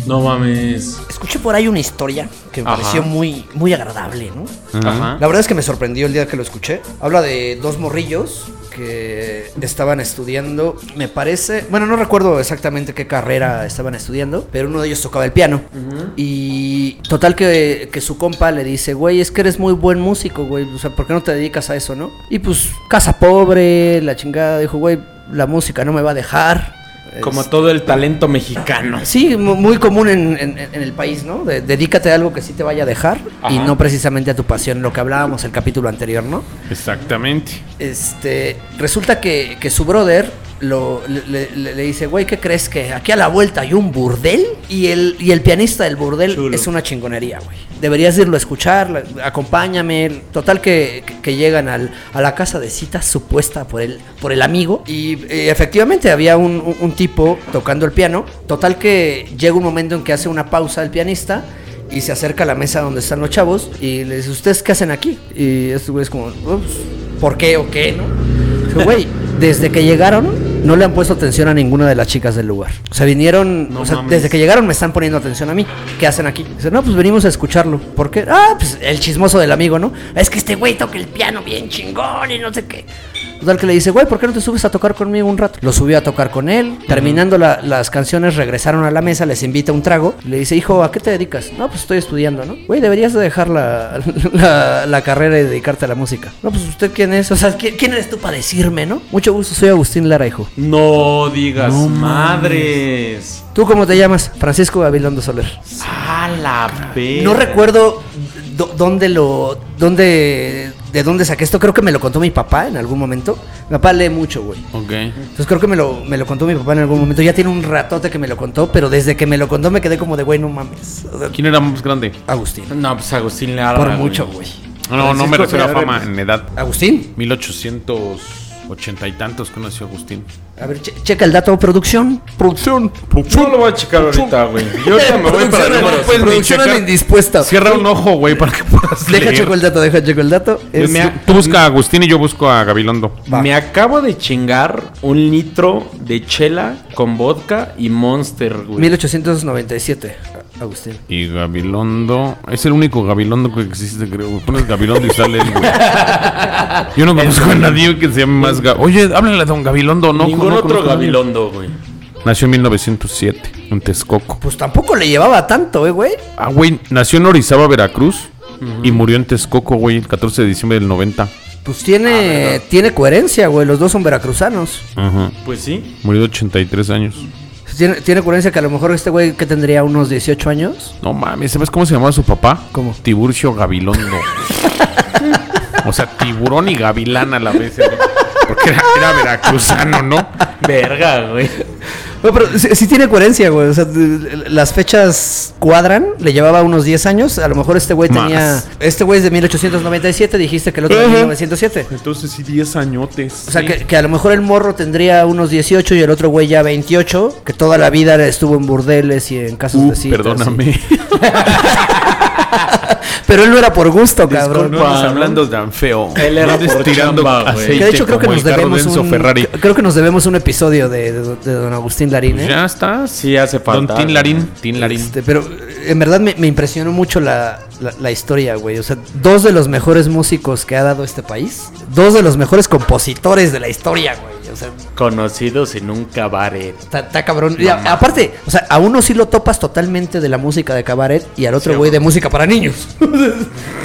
No mames. Escuché por ahí una historia que me Ajá. pareció muy muy agradable, ¿no? Ajá. La verdad es que me sorprendió el día que lo escuché. Habla de dos morrillos que estaban estudiando, me parece, bueno, no recuerdo exactamente qué carrera estaban estudiando, pero uno de ellos tocaba el piano. Y total que, que su compa le dice, güey, es que eres muy buen músico, güey, o sea, ¿por qué no te dedicas a eso, no? Y pues, casa pobre, la chingada, dijo, güey, la música no me va a dejar. Como todo el talento mexicano. Sí, mu- muy común en, en- en el país, ¿no? De- dedícate a algo que sí te vaya a dejar y Ajá. no precisamente a tu pasión, lo que hablábamos el capítulo anterior, ¿no? Exactamente. Este, resulta que, que su brother lo, le, le- le- le dice, güey, ¿qué crees que aquí a la vuelta hay un burdel? Y el, y el pianista del burdel Chulo. es una chingonería, güey. Deberías irlo a escuchar, la- acompáñame. Total que, que- que llegan al- a la casa de cita supuesta por el, por el amigo. Y eh, efectivamente había un, un- un tipo tocando el piano. Total que llega un momento en que hace una pausa el pianista. Y se acerca a la mesa donde están los chavos y les dice, ¿ustedes qué hacen aquí? Y este güey es como, "Oh, pues, ¿por qué o qué? ¿No? Dijo, Güey, desde que llegaron no le han puesto atención a ninguna de las chicas del lugar. O sea, vinieron, No o sea, mames. desde que llegaron me están poniendo atención a mí. ¿Qué hacen aquí? Dice, no, pues venimos a escucharlo. ¿Por qué? Ah, pues el chismoso del amigo, ¿no? Es que este güey toca el piano bien chingón y no sé qué. Total que le dice, güey, ¿por qué no te subes a tocar conmigo un rato? Lo subió a tocar con él. Terminando la- las canciones, regresaron a la mesa, les invita un trago. Le dice, hijo, ¿a qué te dedicas? No, pues estoy estudiando, ¿no? Güey, deberías de dejar la, la- la carrera y dedicarte a la música. No, pues usted quién es, o sea, ¿quién, quién eres tú para decirme, no? Mucho gusto, soy Agustín Lara, hijo. No digas madres. ¿Tú cómo te llamas? Francisco Gabilondo Soler. A la vez. No recuerdo dó- dónde lo. dónde. de dónde saqué esto. Creo que me lo contó mi papá en algún momento. Mi papá lee mucho, güey. Ok. Entonces creo que me lo, me lo contó mi papá en algún momento. Ya tiene un ratote que me lo contó, pero desde que me lo contó me quedé como de, güey, no mames. O sea, ¿Quién era más grande? Agustín. No, pues Agustín Lara. Por mucho, güey. No, no me Francisco refiero a Ferrer. fama en edad. Agustín, 1880 y tantos conoció Agustín. a ver, che- checa el dato, producción. Producción. Yo lo voy a checar ahorita, güey. Yo ahorita me voy para Producción, el número. pues, ni producción checar. anda indispuesta. Cierra un ojo, güey, para que puedas Deja leer. checo el dato, deja checo el dato. Es- me ha- Tú busca a Agustín y yo busco a Gabilondo. Va. Me acabo de chingar un litro de chela con vodka y monster, güey. 1897. Agustín. Y Gabilondo. Es el único Gabilondo que existe, creo. Pones Gabilondo y sale él, güey. Yo no conozco a nadie que se llame más Gabilondo. Oye, háblale a don Gabilondo, ¿no? Ningún no otro conozco a nadie. Gabilondo, güey. Nació en 1907, en Texcoco. Pues tampoco le llevaba tanto, eh, güey. Ah, güey, nació en Orizaba, Veracruz. Y murió en Texcoco, güey, el 14 de diciembre del 90. Pues tiene, tiene coherencia, güey. Los dos son veracruzanos. Ajá. Pues sí. Murió de 83 años. Tiene, tiene coherencia que a lo mejor este güey que tendría unos 18 años. No mames, ¿sabes cómo se llamaba su papá? ¿Cómo? Tiburcio Gabilondo. o sea, tiburón y gavilán a la vez. ¿no? Porque era, era veracruzano, ¿no? Pues Verga, güey. Güey, pero sí, sí tiene coherencia, güey. O sea, de- las fechas cuadran. Le llevaba unos 10 años. A lo mejor este güey Más. tenía. Este güey es de 1897. Dijiste que el otro de 1907. Entonces sí, 10 añotes. O sea, que, que a lo mejor el morro tendría unos 18 y el otro güey ya 28. Que toda la vida estuvo en burdeles y en casos Uh, de citas. perdóname. Pero él no era por gusto, cabrón. No andes hablando tan feo. Él era No andes por tirando chamba, güey. aceite Que de hecho creo que como nos el carro de debemos Enzo un, Ferrari. creo que nos debemos un episodio de, de- de don Agustín Larín, ¿eh? Pues Ya está. Sí hace falta. Don Tin Larín. Tin Larín. Este, pero eh, en verdad me, me impresionó mucho la, la- la historia, güey. O sea, dos de los mejores músicos que ha dado este país, dos de los mejores compositores de la historia, güey. O sea, Conocidos en un cabaret. está, está cabrón. Y a- aparte, o sea, a uno sí lo topas totalmente de la música de cabaret y al otro, güey, de música para niños.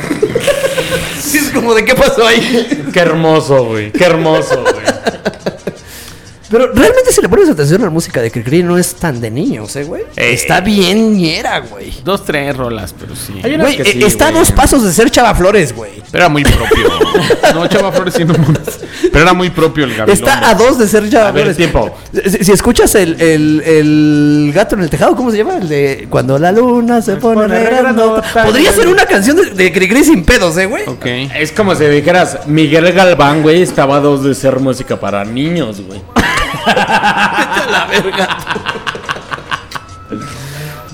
sí, es como de qué pasó ahí. Qué hermoso, güey. Qué hermoso, güey. Pero realmente si le pones atención a la música de Cricri no es tan de niños, ¿eh, güey? Está bien ñera, güey. Dos, tres rolas, Pues pero sí. Hay Güey, eh, está a dos pasos de ser Chava Flores, güey. Pero era muy propio. no, Chava Flores sí, no mames. Pero era muy propio el Gabilondo. Está a dos de ser Chava A ver, Flores. tiempo. Si, si escuchas el, el- el gato en el tejado, ¿cómo se llama? El de cuando la luna se pone, pone negra, grandota. no- Podría ser una canción de, de Cricri sin pedos, ¿eh, güey? Ok. Es como si dijeras, Miguel Galván, güey, estaba a dos de ser música para niños, güey.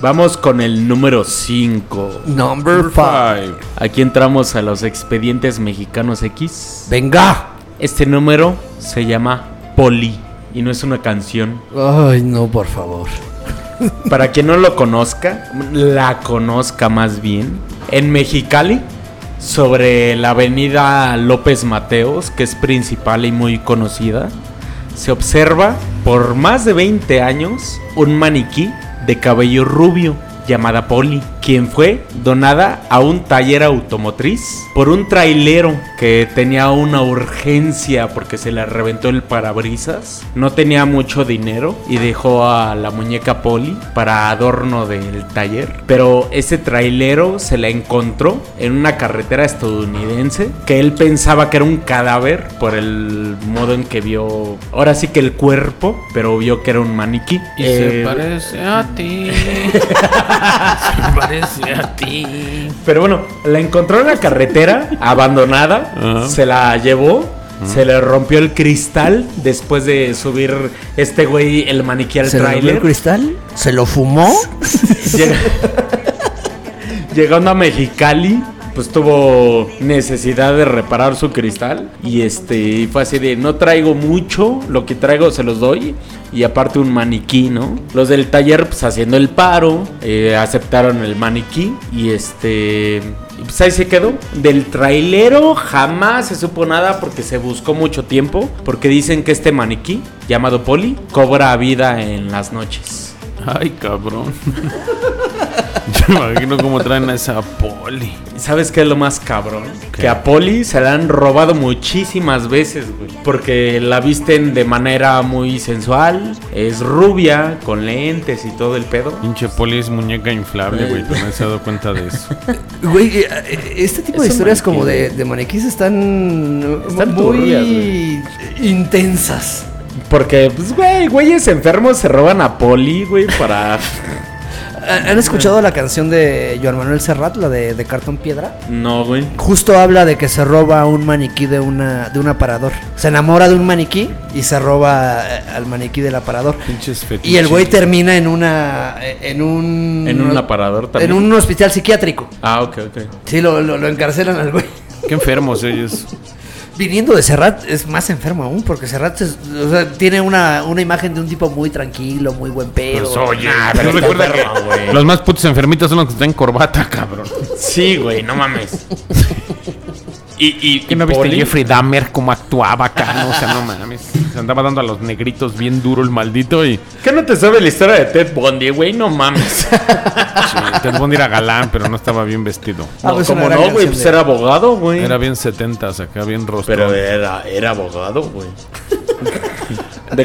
Vamos con el número 5. Number five. Five. Aquí entramos a los expedientes mexicanos X. Venga. Este número se llama Poli y no es una canción. Ay, no, por favor. Para quien no lo conozca, la conozca más bien, en Mexicali, sobre la avenida López Mateos, que es principal y muy conocida, se observa por más de 20 años un maniquí de cabello rubio llamada Poli, quien fue donada a un taller automotriz por un trailero que tenía una urgencia porque se le reventó el parabrisas, no tenía mucho dinero y dejó a la muñeca Poli para adorno del taller, pero ese trailero se la encontró en una carretera estadounidense que él pensaba que era un cadáver por el modo en que vio, ahora sí que el cuerpo, pero vio que era un maniquí. Y Eh, se parece a ti. se parece a ti. Pero bueno, la encontró en la carretera, abandonada, Ajá. se la llevó, se le rompió el cristal después de subir este güey el maniquí al ¿Se le abrió el tráiler. cristal? ¿Se lo fumó? Llega- Llegando a Mexicali, pues tuvo necesidad de reparar su cristal y este y fue así de no traigo mucho, lo que traigo se los doy y aparte un maniquí, ¿no? Los del taller pues haciendo el paro, eh, aceptaron el maniquí y este y, pues ahí se quedó. Del trailero jamás se supo nada porque se buscó mucho tiempo, porque dicen que este maniquí llamado Poli cobra vida en las noches. Ay, cabrón. Yo me imagino cómo traen a esa poli. ¿Y ¿Sabes qué es lo más cabrón? Que a Poli se la han robado muchísimas veces, güey. Porque la visten de manera muy sensual. Es rubia, con lentes y todo el pedo. Pinche poli es muñeca inflable, güey. No se ha dado cuenta de eso. Güey, eh, eh, este tipo de Es un historias como maniquí, de, de maniquís están, eh, Están muy turbias, intensas. Porque, pues, güey, güeyes enfermos se roban a Poli, güey, para... ¿Han escuchado la canción de Joan Manuel Serrat, la de, de Cartón Piedra? No, güey. Justo habla de que se roba un maniquí de, una, de un aparador. Se enamora de un maniquí y se roba eh, al maniquí del aparador. Pinches fetiches. Y el güey termina en una. eh, En un. En un aparador también. En un hospital psiquiátrico. Ah, ok, ok. Sí, lo, lo, lo encarcelan al güey. Qué enfermos ellos. viniendo de Serrat es más enfermo aún, porque Serrat es- o sea, tiene una, una imagen de un tipo muy tranquilo, muy buen pedo. Pues oye, Ah, pero pero está recuerda enfermo, que güey. los más putos enfermitos son los que están en corbata, cabrón. Sí, güey, no mames. Y, no y Poli? viste Jeffrey Dahmer cómo actuaba acá? No, o sea, no mames. Se andaba dando a los negritos bien duro el maldito y ¿Qué no te sabe la historia de Ted Bundy, güey? No mames. Ted Bundy era galán, pero no estaba bien vestido. Ah, pues como una gran no, güey, canción pues de- era abogado, güey. Era bien setentas acá, bien rostro. Pero eh, era, era abogado, güey. De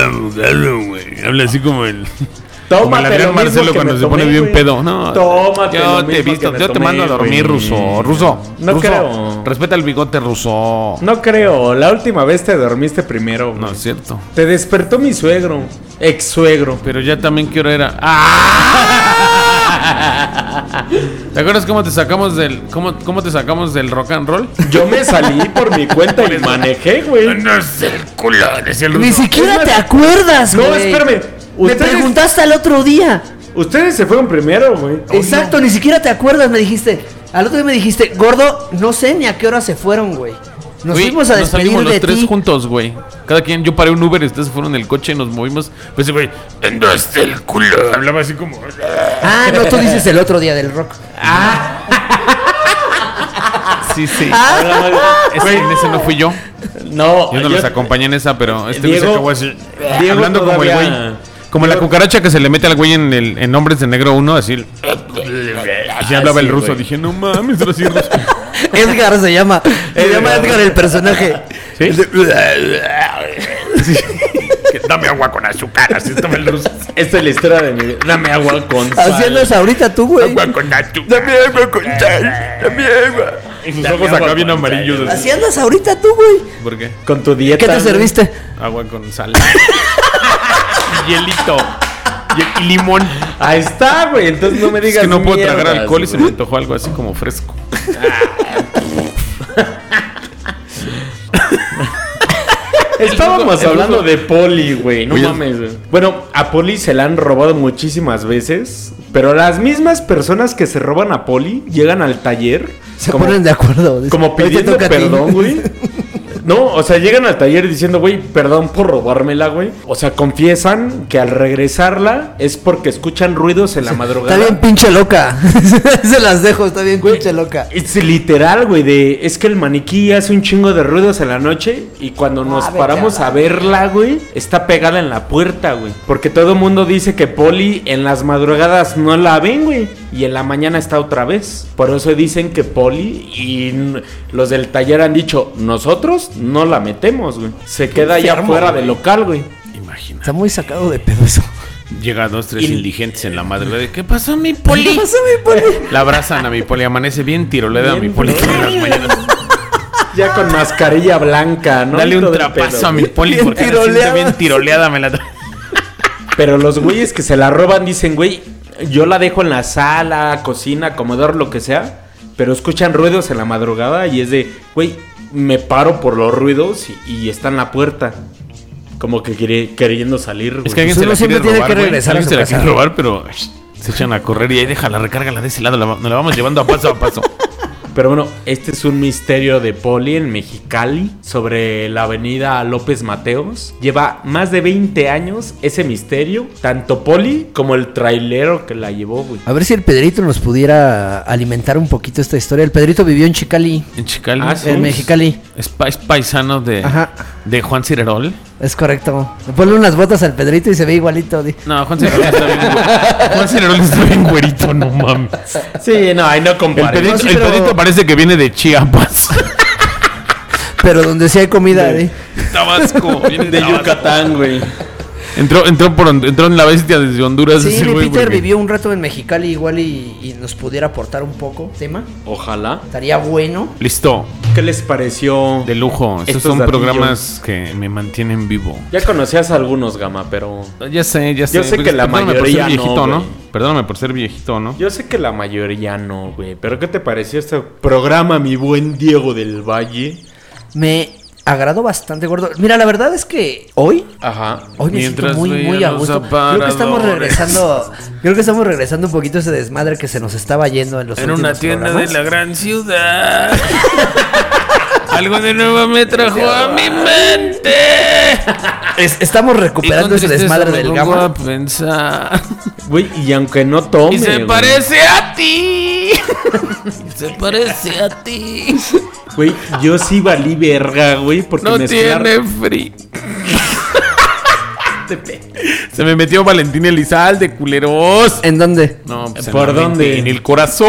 corbatita. Habla así como el. Como el Tómate Adrián lo Marcelo mismo que cuando me se pone tomé, bien güey. pedo. No, Tómate yo lo te he mismo visto, que me yo te tomé, mando a dormir, güey. ruso. Ruso. No ruso, creo. Respeta el bigote, ruso. No creo, la última vez te dormiste primero, güey. No es cierto. Te despertó mi suegro, ex suegro. Pero ya también quiero era. ¡Ah! ¿Te acuerdas cómo te sacamos del cómo, cómo te sacamos del rock and roll? Yo me salí por mi cuenta y manejé, güey. No es el culo, decía el Ni siquiera te acuerdas, No, güey. espérame. Me Ustedes- preguntaste el otro día. Ustedes se fueron primero, güey. Exacto, ni siquiera te acuerdas, me dijiste. Al otro día me dijiste, gordo, no sé ni a qué hora se fueron, güey. Nos Güey, fuimos a nos despedir salimos los de tres ti. juntos, güey. Cada quien, yo paré un Uber, ustedes fueron en el coche y nos movimos. Pues, güey, no es el culo. Hablaba así como. Ah, no, tú dices el otro día del rock. Sí, sí. Ah, Ese, en ese no fui yo. No, Yo no los acompañé en esa, pero este güey se Diego- acabó así. Diego hablando como el güey. todavía- Como la cucaracha que se le mete al güey en, el, en Hombres de Negro 1, así. Así hablaba el ruso. Dije, no mames, era así ruso. Edgar se llama. Se llama Edgar el personaje. ¿Sí? Que Dame agua con azúcar, así estaba el ruso. Esta es la historia de mi Dame agua con sal. Haciendo eso ahorita tú, güey. con azúcar. Dame agua con sal. Dame agua. Y sus ojos agua acá bien con amarillos. así. Así andas ahorita tú, güey. ¿Por qué? Con tu dieta. ¿Qué te güey. serviste? Agua con sal. Y Hielito. Y- Y limón. Ahí está, güey. Entonces no me Es digas que no puedo mierdas, tragar alcohol y se me güey. antojó algo así como fresco. Estábamos El ruso- hablando de Poli, güey. No Oye, mames, güey. Bueno, a Poli se la han robado muchísimas veces. Pero las mismas personas que se roban a Poli llegan al taller. Se como- ponen de acuerdo. Dice, Como "Hoy te pidiendo toca a ti". perdón, güey. No, o sea, llegan al taller diciendo, güey, perdón por robármela, güey. O sea, confiesan que al regresarla es porque escuchan ruidos en la madrugada. Está bien pinche loca. Se las dejo, está bien pinche loca. Eh, Es literal, güey, de es que el maniquí hace un chingo de ruidos en la noche y cuando nos vete paramos a verla, güey, está pegada en la puerta, güey. Porque todo el mundo dice que Poli en las madrugadas no la ven, güey, y en la mañana está otra vez. Por eso dicen que Poli y n- los del taller han dicho, nosotros no la metemos, güey. Se queda allá enfermo, afuera güey. del local, güey. Imagina. Está muy sacado de pedo eso. Llega dos, tres indigentes en la madrugada. de, ¿Qué pasó, mi ¿Qué poli? pasó, mi poli? La abrazan a mi poli. Amanece bien tiroleda a mi Bien poli. en las mañanas. Ya con mascarilla blanca, ¿no? Dale Y un todo el trapazo pedo, a mi güey. poli Bien porque se tiroleada. siente bien tiroleada. Me la tra- Pero los güeyes que se la roban dicen, güey, yo la dejo en la sala, cocina, comedor, lo que sea. Pero escuchan ruidos en la madrugada y es de, güey, me paro por los ruidos y, y está en la puerta. Como que quiere- queriendo salir, güey. Es que alguien Pues se uno la siempre quiere tiene robar, que güey. regresar a Alguien su se la casa. quiere robar, pero shh, se echan a correr y ahí déjala, recárgala de ese lado. la va- Nos la vamos llevando a paso a paso. Pero bueno, este es un misterio de Poli en Mexicali sobre la avenida López Mateos. Lleva más de 20 años ese misterio, tanto Poli como el trailero que la llevó, güey. A ver si el Pedrito nos pudiera alimentar un poquito esta historia. El Pedrito vivió en Chicali, En Chicali. Ah, sí. en Mexicali. Es, pa- es paisano de, Ajá. de Juan Cirerol. Es correcto. Ponle unas botas al Pedrito y se ve igualito. di. No, Juan Cirerol está bien güerito. Juan Cirerol está bien güerito, no mames. Sí, no, ahí no El compares. pedito, sí, el pero- pedito parece que viene de Chiapas. Pero donde sí hay comida, di. Tabasco. Viene De Yucatán, güey. Entró, entró, por, Hon- entró en la bestia desde Honduras. Sí, ese mi güey, Peter porque- vivió un rato en Mexicali igual y, y nos pudiera aportar un poco. ¿Tema? Ojalá. Estaría bueno. Listo, ¿Qué les pareció? de lujo. Estos Estos son datillos. programas que me mantienen vivo. Ya conocías a algunos, Gama, pero... Ya sé, ya sé. pues, Yo sé que la perdóname mayoría por ser no, viejito, ¿no? güey. Perdóname por ser viejito, ¿no? Yo sé que la mayoría no, güey. Pero ¿qué te pareció este programa, mi buen Diego del Valle? Me agradó bastante, gordo. Mira, la verdad es que hoy Ajá. Hoy me Mientras siento muy, veía muy a los gusto. Creo que estamos aparadores. regresando. Creo que estamos regresando un poquito a ese desmadre que se nos estaba yendo en los últimos programas. gran ciudad. Algo de nuevo me trajo a mi mente. Es- estamos Y con recuperando ese tristeza desmadre me del pongo gama. a pensar. Güey, y aunque no tome. Y se güey. parece a ti. se parece a ti. Güey, yo sí valí verga, güey, porque No mezclar- tiene frío. Se me metió Valentín Elizalde, culeros. ¿En dónde? No, pues, ¿Por en la mente, dónde? En el corazón.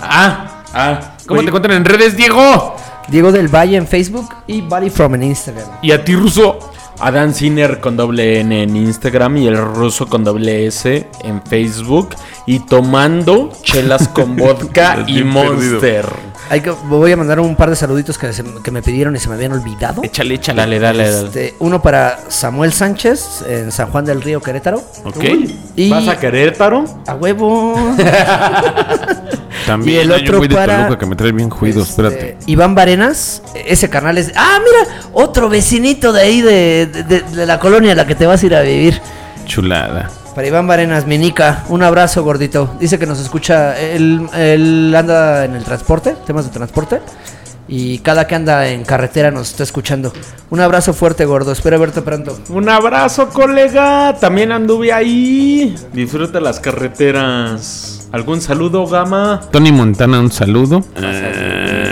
Ah, ah. ¿Cómo güey, te encuentran en redes, Diego? Diego del Valle en Facebook y Buddy From en Instagram. Y a ti, Ruso. Adán Sinner con doble N en Instagram y el ruso con doble S en Facebook. Y tomando chelas con vodka Estás y bien monster. Hay que, voy a mandar un par de saluditos que, se- que me pidieron y se me habían olvidado. Échale, échale. Dale, dale, dale. Este, uno para Samuel Sánchez en San Juan del Río Querétaro. Ok. Uy, Y- ¿Vas a Querétaro? A huevo. También Y el hay un otro güey de para- Toluca que me trae bien juido, Este, espérate. Iván Barenas, ese carnal es. ¡Ah, mira! Otro vecinito de ahí, de, de- de- de la colonia a la que te vas a ir a vivir. Chulada. Para Iván Barenas, mi nica, un abrazo gordito. Dice que nos escucha, él, él anda en el transporte, temas de transporte. Y cada que anda en carretera nos está escuchando. Un abrazo fuerte, gordo. Espero verte pronto. Un abrazo, colega. También anduve ahí. Disfruta las carreteras. ¿Algún saludo, Gama? Tony Montana, un saludo.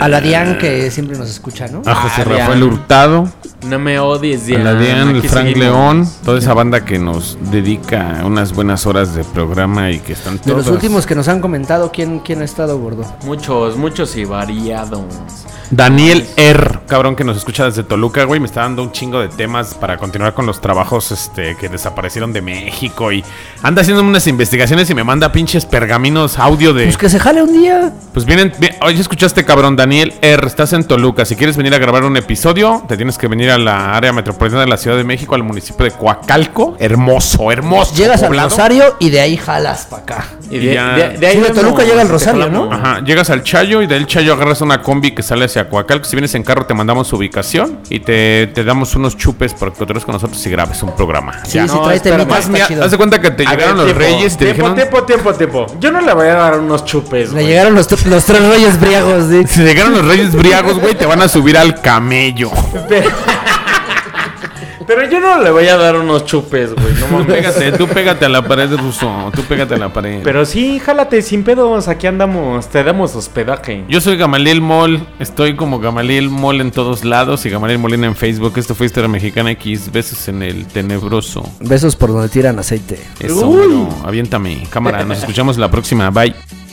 A la Dian que siempre nos escucha, ¿no? A José Ah, Rafael Dian. Hurtado, No me odies, a la Dian, el Aquí Frank seguimos. León, toda esa banda que nos dedica unas buenas horas de programa y que están De todos. los últimos que nos han comentado, ¿quién, quién ha estado gordo? Muchos, muchos y variados. Daniel R, cabrón que nos escucha desde Toluca, güey, me está dando un chingo de temas para continuar con los trabajos este que desaparecieron de México y anda haciendo unas investigaciones y me manda pinches pergaminos audio de Pues que se jale un día. Pues vienen, vi- oye, escuchaste cabrón, Daniel R, estás en Toluca, si quieres venir a grabar un episodio, te tienes que venir a la área metropolitana de la Ciudad de México, al municipio de Coacalco, hermoso, hermoso. Llegas al poblado. Rosario y de ahí jalas para acá. Y Y de, ya- de- de ahí Sí, de vemos, Toluca llega al te Rosario, jalamos. ¿no? Ajá, llegas al Chayo y del Chayo agarras una combi que sale hacia Coacalco, si vienes en carro te mandamos ubicación y te, te damos unos chupes para que otros con nosotros y grabes un programa. Sí, Ya, sí, no, tráete espérame. mi Más, mira, haz de cuenta que te A ver, llegaron los tiempo, reyes y te tiempo, dijeron... tiempo, tiempo, tiempo. Yo no le voy a dar unos chupes, Le güey. llegaron los, t- los tres reyes briagos, Dick. Si llegaron los reyes briagos, güey, te van a subir al camello. Pero- Pero yo no le voy a dar unos chupes, güey. No mames. Pégate, tú pégate a la pared, Ruso. Tú pégate a la pared. Pero sí, jálate, sin pedos, aquí andamos, te damos hospedaje. Yo soy Gamaliel Mol, estoy como Gamaliel Mol en todos lados y Gamaliel Molina en Facebook. Esto fue Historia Mexicana X, besos en el tenebroso. Besos por donde tiran aceite. Eso, Uy. mero. aviéntame. Cámara, nos escuchamos la próxima. Bye.